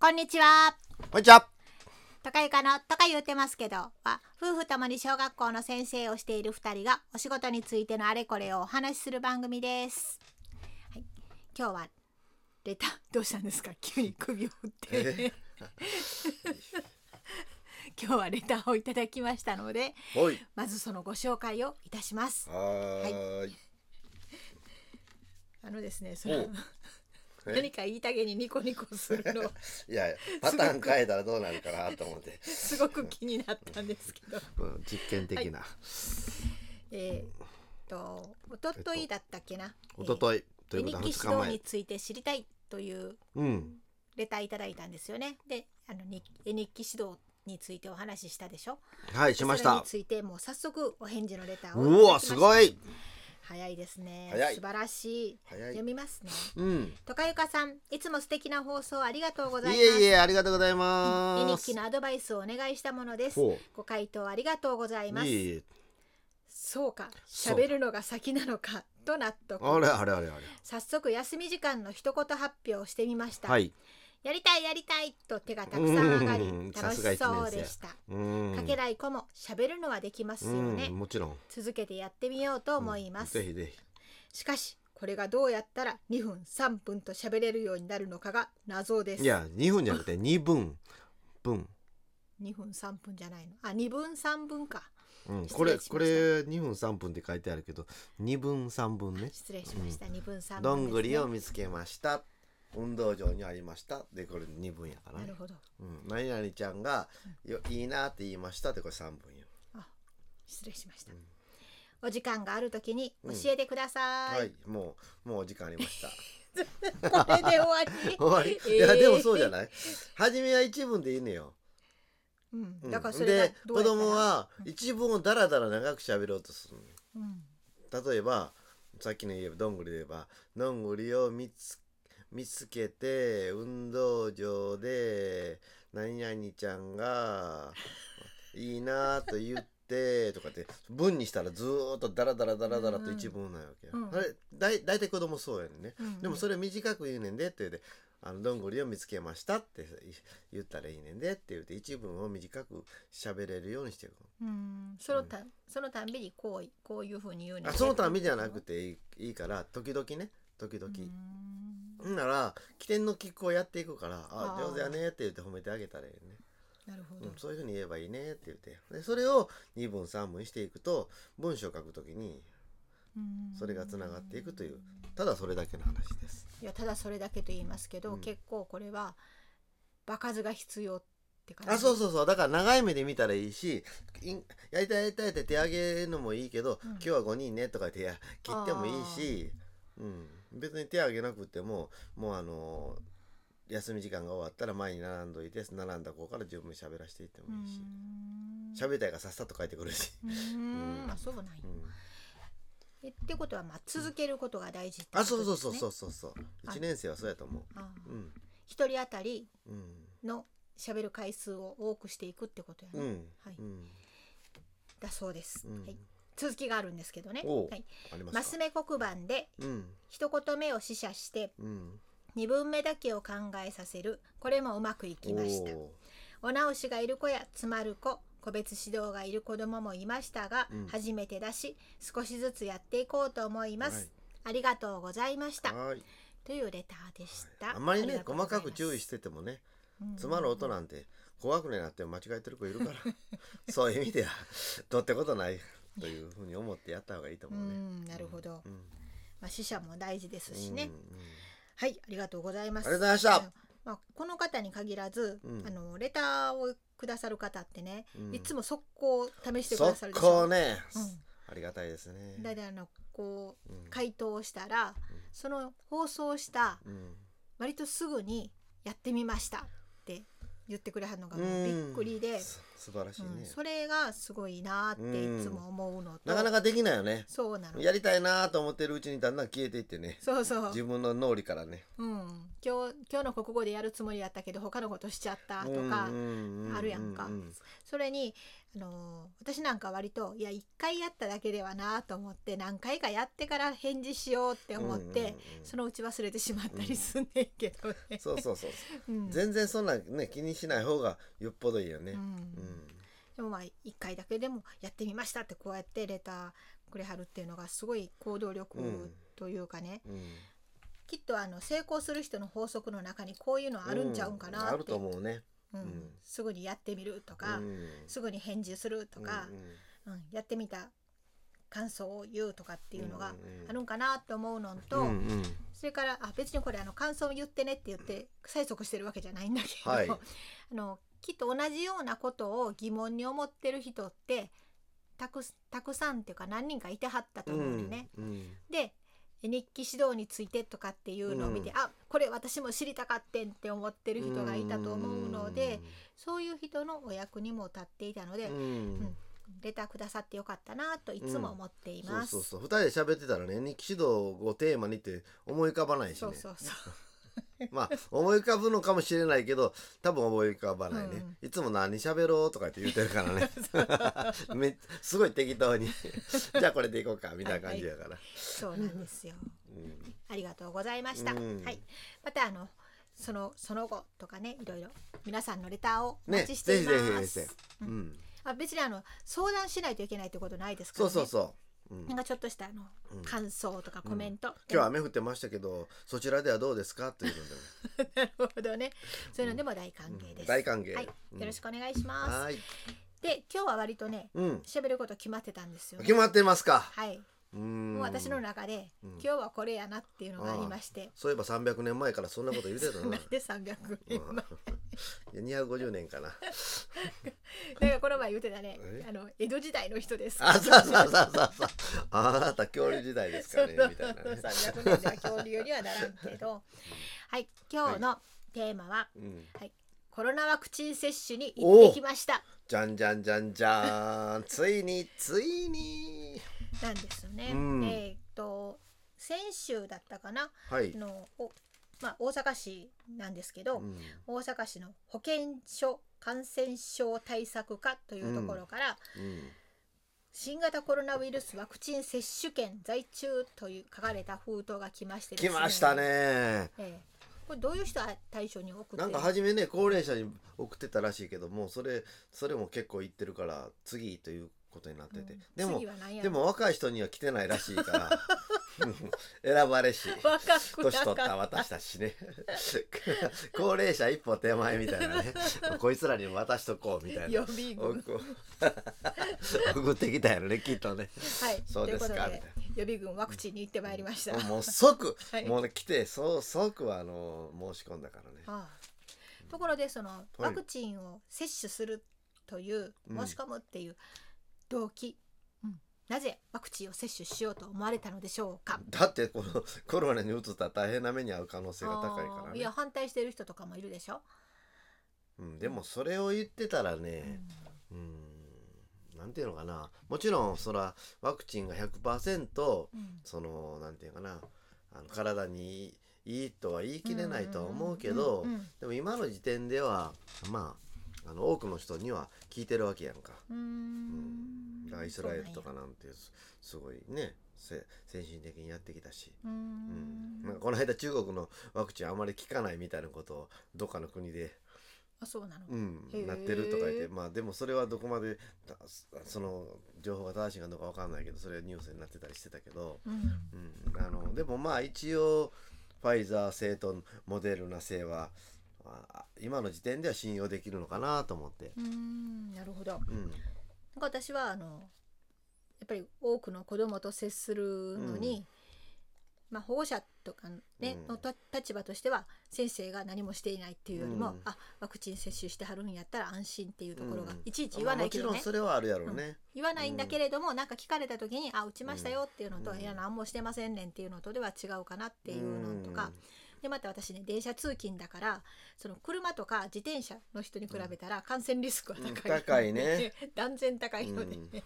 こんにちは。こんにちは。とかゆかのとか言うてますけどは夫婦ともに小学校の先生をしている2人がお仕事についてのあれこれをお話しする番組です。はい、今日はレターどうしたんです か急に首を振ってえ 今日はレターをいただきましたのでおい。まずそのご紹介をいたします。はーい。あのですねそのおえ何か言いたげにニコニコする のいやいや、パターン変えたらどうなるかなと思って。すごく気になったんですけど。 うん実験的な。えーっと一昨日だったっけな、一昨日とえいーうミこニとキは指導に2日前。ついて知りたいといううん。レターいただいたんですよね。で、あの日絵日記指導についてお話ししたでしょ。はい、しましそれたに。ついてもう早速お返事のレターをいただうきまわ、した。すごい。早いですね。早い素晴らしい。早読い。みますね。うん。とかゆかさん、いつも素敵な放送ありがとうごいざいます。えいえ、ありがとうござい絵ま日す記。のアドバイスをお願いしたものです。ほご回答ありがとうござう。いいます。えいえ。そうか、そうだ喋るのが先なのかと納得。あれあれあれあれ。早速休み時間の一言発表をしてみました。はい。やりたいやりたいと手がたくさん上がうりん楽さすがし一年そう生でした。うん。かけない子も喋るのはできますよねうん、。もちろん。続けてやってみようと思いますぜ。ひぜしかしこれがどうやったら2分3分と喋れるようになるのかが謎です。ひ。いや、2分じゃなくて2分。分。 2分3分じゃないの。あ2分3分か。うん、失礼これしましたこれ2分3分って書いてあるけど2分3分ね失礼しました。2分3分ですね。どんぐりを見つけました運動場にありましたでこれ2分やかならねる、ほど。うん、何々ちゃんがよいいなって言いましたってこれ3分よあ失礼しましたうん。お時間があるときにうん教えてくださ。はいいもうもうお時間ありま したこれで終わり。 終わりいやでもそうじゃい。ない初めは1分でいいのよ、うんうん、だからそれがでどうや子ったら供は1分をだらだら長く喋ろうとするのようん例えばさっきの言えばどんぐりで言えばどんぐりを見つ見つけて運動場で何々ちゃんがいいなと言ってとかって文にしたらずーっとダラダラダラダラと一文なわけよ、うんうんあれだい大体子供そうやねんね、うんでもそれ短く言うねんでって言うて「あのどんぐりを見つけました」って言ったらいいねんでって言うて一文を短く喋れるようにしていくうんそのた、そのたんびにこうこういうふうに言うねんねあそのためじゃなくていいいいから時々ね時う々。んほんなら起点のキックをやっていくから「ああー上手やね」って言って褒めてあげたらいいね、なるほうどん、そういうふうに言えばいいねって言ってでそれを2分3分していくと文章を書くときにうんそれがつながっていくというただそれだけの話ですいやただそれだけと言いますけど、うん結構これは場数が必要って感じあそうそうそうだから長い目で見たらいいしいんやりたいやりたいって手挙げるのもいいけど、うん今日は5人ねとか言ってや切ってもいいし、うん、別に手挙げなくてももうあのー休み時間が終わったら前に並んどいて並んだ子から順分に喋らせていってもいいし。ん喋りたいからさっさと書いてくるし、うーうんんあそうなんやうん、えってことはまあ続けることが大事ってことあそうそうそうそううそうそうあ1年生はそうやと思ううん一人当たりうんの喋る回数を多くしていくってことやね、うん、はいうん、だそうです、うんはい、続きがあるんですけどね、おうはい、ありますかマス目黒板でうん一言目を試写してうん二文目だけを考えさせるこれもうまくいきましたおお直しがいる子や詰まる子個別指導がいる子どももいましたが、うん初めてだし少しずつやっていこうと思いーます、ありがとうございましたはいはいというレターでしたあんまりねがとうご細ざいかすく注意しててもねうんつまる音なんて高学年になっても間違えてる子いるからそういう意味ではどうってことないというふうに思ってやった方がいいとう思うねんなるほど、うんまあ死者も大事ですしうんね、はいありがとうございますありがとうございましたまあ、この方に限らず、うんあのレターをくださる方ってね、うんいつも速攻試してくださるで速しょ攻ねうんありがたいですねだいたいあのこううん回答をしたら、その放送したうん割とすぐにやってみましたって言ってくれはるのがもうびっくりで、そ素晴らしいね、うん、それがすごいなーっていつも思うのとなかなかできないよねそうなのやりたいなと思ってるうちにだんだん消えていってねそうそう、自分の脳裏からねうん、今日今日の国語でやるつもりやったけど他のことしちゃったとか、あるやんかそれに、あのー私なんか割といや1回やっただけではなと思って何回かやってから返事しようって思って、そのうち忘れてしまったりすんねんけどね。そうそうそううん全然そんなね気にしない方がよっぽどいいよね、ううんんでもまあ1回だけでもやってみましたってこうやってレターくれはるっていうのがすごい行動力うんというかね、うんきっとあの成功する人の法則の中にこういうのあるんちゃうんかなあっるて、とうん思うねうんすぐにやってみるとか、うんすぐに返事するとか、うんうんうん、やってみた感想を言うとかっていうのがうんうんあるんかなと思うのと、うんうんそれからあ別にこれあの感想を言ってねって言って催促してるわけじゃないんだけど、は いあのきっと同じようなことを疑問に思ってる人ってたくすたくさんっていうか何人かいてはったと思うのね。うんうんで日記指導についてとかっていうのを見て、うあこれ私も知りたかってんって思ってる人がいたと思うので、そういう人のお役にも立っていたので、うんうんレターくださってよかったなといつも思っています。そうそうそう二人で喋ってたらね日記指導をテーマにって思い浮かばないしそねうそうそうまあ思い浮かぶのかもしれないけど多分思い浮かばないね、いつも何喋ろうとかって言ってるからね めすごい適当にじゃあこれでいこうかみたいな感じやから、そうなんですよ。うんありがとうございました。うんはい。またあのそのその後とかねいろいろ皆さんのレターをおね待ぜちひしてぜひいぜまひす。うん、あ別にあの相談しないといけないってことないですからそうね。そうそう、うん、なん今かちょっとしたあの、うん感想とかコメント。日は雨降ってましたけどそちらではどうですかということでなるほどね。そういうのでも大歓迎です。うん大歓迎はい。うんよろしくお願いします。はい、で今日は割とねうん、喋ること決まってたんですよ、ね決。まってますかはい。うんもう私の中で、うん今日はこれやなっていうのがありまして。そういえば300年前からそんなこと言 うてたなんなで300年前うんいや250年かななんかこの前言ってたねえあの江戸時代の人ですあそうそうそうそうそうあなた恐竜時代ですかねみたいなね300年では恐竜にはならんけ どはい今日のテーマは、うんコロナワクチン接種に行ってきましたじゃんじゃんじゃんじゃーんついについになんですよね、うんえーっと先週だったかなはいあ、のおまあ大阪市なんですけど、うん大阪市の保健所感染症対策課というところから、うん新型コロナウイルスワクチン接種券在中という書かれた封筒が来ましてです来ました。ねええこれどういう人は対象に送ってるなんか初めね高齢者に送ってたらしいけどもうそれそれも結構言ってるから次ということになってて、うんでも次は何やでも若い人には来てないらしいから うん選ばれし若くな年か取っったた私たちね 高齢者一歩手前みたいなねこいつらにも渡しとこうみたい予な備お軍。こ 送ってきたやろねきっとねはい、そうですかということで予備軍ワクチンに行ってまいりました。あもう即、はいもう来てそう即はあの申し込んだからねあところでそのいワクチンを接種するといううん申し込むっていう動機、うんなぜワクチンを接種しようと思われたのでしょうか。だってこのコロナにうつったら大変な目に遭う可能性が高いかあらあいやね、反対してる人とかもいるでしょ。うん、でもそれを言ってたらねうんなんていうのかなもちろんそらワクチンが100%うんうんそのなんていうかなあの体にいいとは言い切れないとは思うけど、うんうんでも今の時点ではまああの多くの人には聞いてるわけやんか。うーんだからイスラエルとかなんてすすごいねせ先進的にやってきたし、そうなんうやんうーんなんかこの間中国のワクチンあまり効かないみたいなことをどっかの国で、あそうなの、うんへーなってるとか言ってまあでもそれはどこまでたその情報が正しいかどうかわかんないけどそれはニュースになってたりしてたけど。うんうん、あのでもまあ一応ファイザー製とモデルナ製はあ今の時点では信用できるのかなと思って、うーんなるほどなんかうん、私はあのやっぱり多くの子供と接するのに、まあ、保護者とか、ねうんのた立場としては先生が何もしていないっていうよりも、うんあワクチン接種してはるんやったら安心っていうところがうんいちいち言わないけどまあもちねろん、それはあるやろうね、言わないんだけれども、なんか聞かれた時に「あ打ちましたよ」っていうのと「うんいや何もしてませんねん」っていうのとでは違うかなっていうのとか、でまた私ね電車通勤だからその車とか自転車の人に比べたら感染リスクは高い,、うん高いね 断然高いので、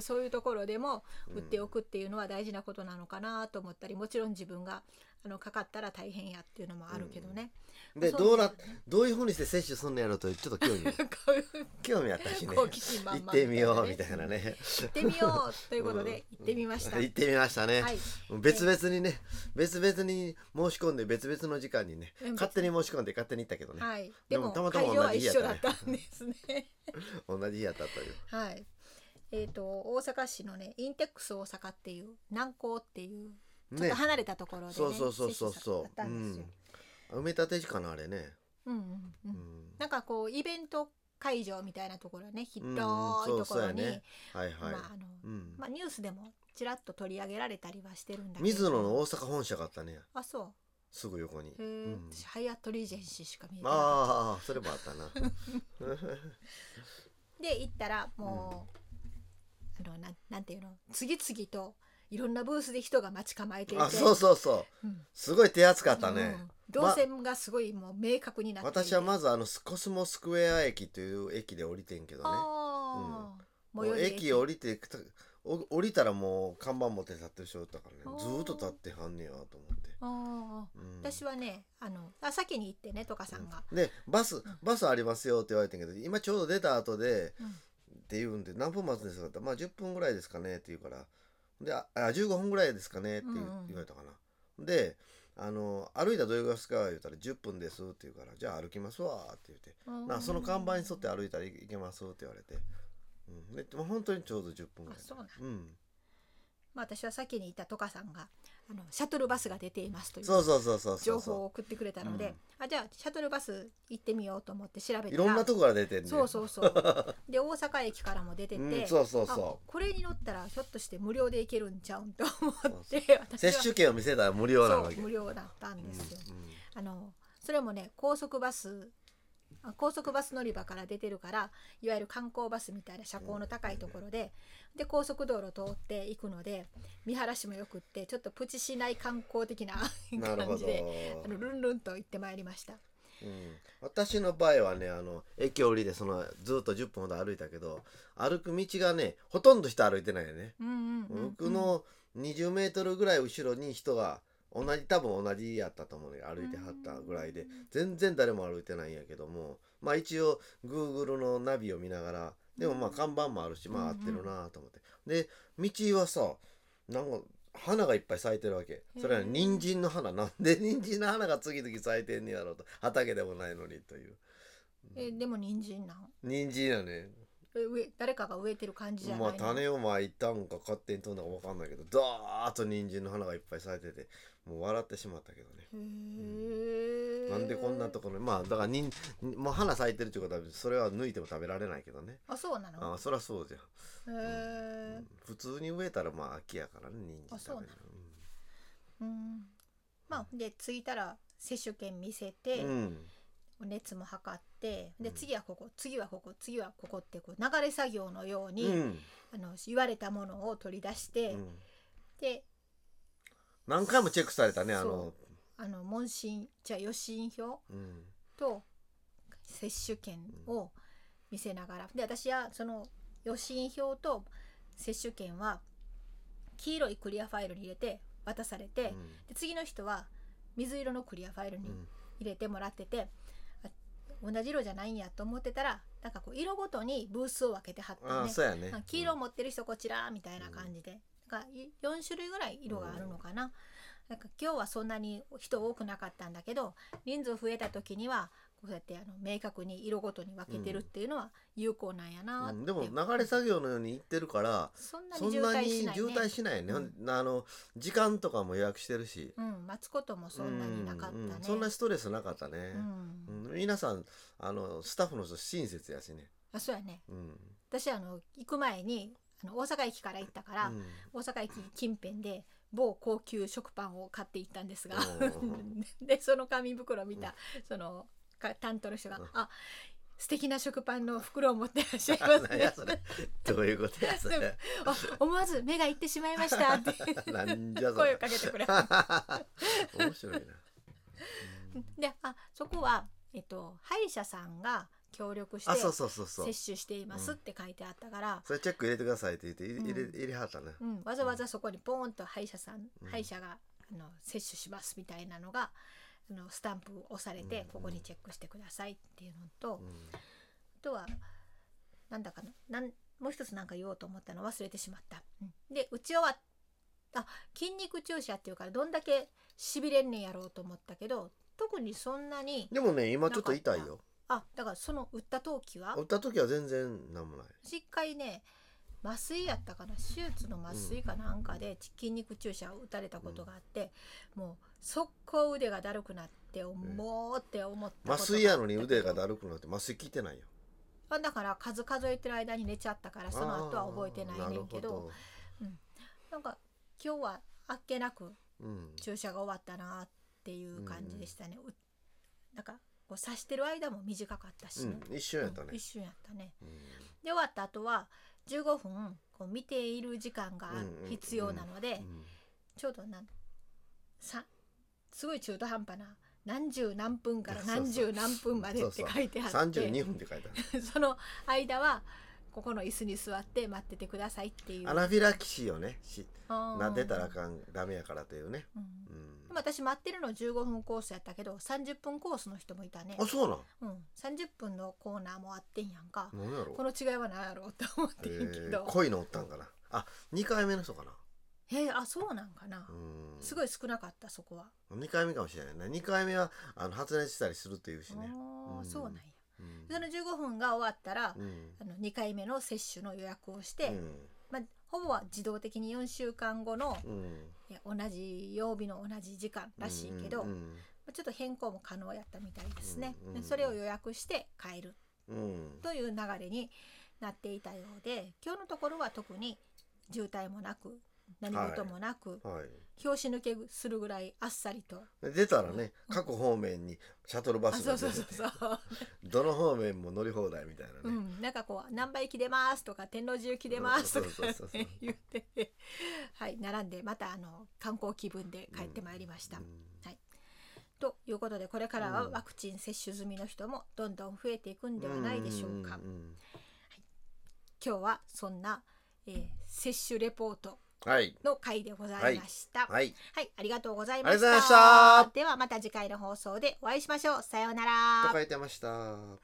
そういうところでもうん売っておくっていうのは大事なことなのかなと思ったりもちろん自分があのかかったら大変やっていうのもあるけどね。でそうどうなどういうふうにして接種すんのやろうとちょっと 興味こういう興味あったしね好奇心行満っ々てみようみみたたいいなね行ってみようということうんで行ってみました。行ってみましたね、はい別々にね別々に申し込んで別々の時間にねうん勝手に申し込んで勝手に行ったけどね、はい、ででももたまたま会場は同じ日一や緒っただねったんですね。同じ日やったという はい。えっ、と大阪市のねインテックス大阪っていう南港っていうちょっねと離れたところで、ね、そうそうそうそうそ接種されう、たんですよ。うん、埋め立て地かなあれね、うんうんう。うんん、なんかこうイベント会場みたいなところね広いうんそとうこそうろやに、ねはいはい、まああの、うんまあニュースでもちらっと取り上げられたりはしてるんだけど。水野の大阪本社があったねあそすぐ横に、う。うへえ、ん、私ハイアットリージェンシーしか見えてなかったああそれもあったな で行ったらもう、あのなんなんていうの次々といろんなブースで人が待ち構えていてあそうそうそううんすごい手厚かったね、うん動線がすごいもう明確になっていて私はまずあのコスモスクエア駅という駅で降りてんけどねあーもう駅降りてくたお降りたらもう看板持って立ってる人おったからあねーずーっと立ってはんねやと思って、あーうん、私はねあのあ先に行ってねとかさんが、でバスバスありますよって言われてんけど今ちょうど出た後で、うんって言うんで何分待つんですかってまあ10分ぐらいですかねって言うからでああ15分ぐらいですかねって言ううんうん言われたかな、であの歩いたらどれぐらいですか言うたら10分ですって言うからじゃあ歩きますわって言ってうんなその看板に沿って歩いたらいけますって言われて、うん、でまあ本当にちょうど10分ぐらあいそうなんうんまあ、私は先に行ったとかさんがあのシャトルバスが出ていますといそううそうそうそうそ情う報をそ送ってくれたので、うんあじゃあシャトルバス行ってみようと思って調べたうらいろんなとこから出てんねそうそうそう。で大阪駅からも出てて、うん、そうそうあそこれに乗ったらひょっとして無料で行けるんちゃうんと思って そうう私は接種券を見せたら無料なわけそう無料だったんですよ。うんうんあのそれもね高速バスあ高速バス乗り場から出てるからいわゆる観光バスみたいな車高の高いところでで高速道路通っていくので見晴らしもよくってちょっとプチ市内観光的な なるほ感じど、であのルンルンと行ってまいりました。うん、私の場合はねあの駅降りでそのずっと10分ほど歩いたけど歩く道がねほとんど人歩いてないよね、うんうんうんうん僕の20メートルぐらい後ろに人が同じ多分同じやったと思うね歩いてはったぐらいでうん全然誰も歩いてないんやけどもまあ一応 Google のナビを見ながらでもまあうん看板もあるしまあ合うっんうんてるなと思ってで道はさなんか花がいっぱい咲いてるわけそれはへえ人参の花なんで人参の花が次々咲いてんねやろうと畑でもないのにというえでも人参なん人参やねえ植え誰かが植えてる感じじゃないまの、あ種をまいたんか勝手に飛んだか分かんないけどダーッと人参の花がいっぱい咲いててもう笑ってしまったけどねへえなんでこんなところにまあだからにんもう花咲いてるってことはそれは抜いても食べられないけどねあそうなあのあそりゃそうじゃん、へえ普通に植えたらまあ秋やからね人参食べるあうんまあで着いたら接種券見せて、うん、熱も測ってうでん次はここ次はここ次はここってこう流れ作業のよううに、んうんあの言われたものを取り出して、うんで何回もチェックされたねあのそあの問診じゃあ予診票うんと接種券を見せながらで私はその予診票と接種券は黄色いクリアファイルに入れて渡されて、うんで次の人は水色のクリアファイルにうん入れてもらってて、あ同じ色じゃないんやと思ってたらなんかこう色ごとにブースを分けて貼ってああねそうやねあ黄色持ってる人こちらみたいな感じで、なんかい4種類ぐらい色があるのかな,、なんか今日はそんなに人多くなかったんだけど人数増えた時にはこうやってあの明確に色ごとに分けてるっていうのは有効なんやなうって、んでも流れ作業のように行ってるからそんなそにん渋な滞にしない、ね、渋滞しないね、うんほんあの時間とかも予約してるしうん、待つこともそんなになかったね、うんうんそんなストレスなかったね、うんうん皆さんあのスタッフの人親切やしね、あそうやねうん私あの行く前にあの大阪駅から行ったから、うん 大阪駅近辺で某高級食パンを買って行ったんですがおー でその紙袋見うんたそのか担当の人がうん「あ素敵な食パンの袋を持ってらっしゃいます何ねやそれどういうことやそ れ あ」思わず目が行っ てしまいました」ってなんじゃそ声れをかけてくれ面白いなであそこは、えっと、歯医者さんが協力してあそう接そうそうそう種していますって書いてあったから、それチェック入れてくださいって言って入れ,入れ、うん入れはったねうん、わざわざそこにポーンと歯医者さん、うん歯医者があの接種しますみたいなのがあのスタンプ押されて、うんここにチェックしてくださいっていうのと、あうんとはなんだかななんもう一つなんか言おうと思ったの忘れてしまった。うん、で打ち終わった筋肉注射っていうからどんだけしびれんねんやろうと思ったけど特にそんなにでもね今ちょっと痛いよあだからその打った陶器は打った時は全然なんもない私一回ね麻酔やったかな手術の麻酔かなんかで筋肉注射を打たれたことがあって、もう速攻腕がだるくなって思うって思ったことがあ麻った酔やのに腕がるだるくなって麻酔効いてないよだから数数えてる間に寝ちゃったからその後は覚えてないねんけどあーなるほなんか今日はあっけなくうん注射が終わったなっていう感じでしたね、うなんかこう刺してる間も短かったしね、うん、一瞬やったうんね一、瞬やったねうんで終わった後は15分こう見ている時間がうんうん必要なので、うんちょうどなんさすごい中途半端な何十何分から何十何分までって書いてあって32分って書いてあ るその間はここの椅子に座って待っててくださいっていうアナフィラキシーをねしあーなでたらあかんダメやからというね、うんうでんも、私待ってるの15分コースやったけど30分コースの人もいたねあ、そうなんうん、30分のコーナーもあってんやんか、何やろこの違いは何やろうと思ってんけえーど、濃いのおったんかなあ二回目の人かなえーあそうなんかな、うんすごい少なかったそこは、 2回目かもしれないね2回目はあの発熱したりするっていうしね、あーうんそうなんやうんその15分が終わったら、うんあの2回目の接種の予約をして、うんまあ、ほぼは自動的に4週間後のうんいや同じ曜日の同じ時間らしいけど、うまんあちょっと変更も可能やったみたいですね、うんでそれを予約して帰るうんという流れになっていたようで今日のところは特に渋滞もなく何事もなく、はい拍子抜けするぐらいあっさりとで出たらね各方面にシャトルバあスそがう出そうてそうてそうどの方面も乗り放題みたいなね、うん、なんかこう「何倍行き出ます」とか「天王寺行き出ます」とかそうそうそうそうね 言ってはい並んでまたあの観光気分で帰ってまいりました。うんということでこれからはうんワクチン接種済みの人もどんどん増えていくんではないでしょうか。んんん今日はそんな、えー接種レポートはいの回でございました。はい、はいありがとうございましありがとうございましたた。ではまた次回の放送でお会いしましょう。さようならと。書いてました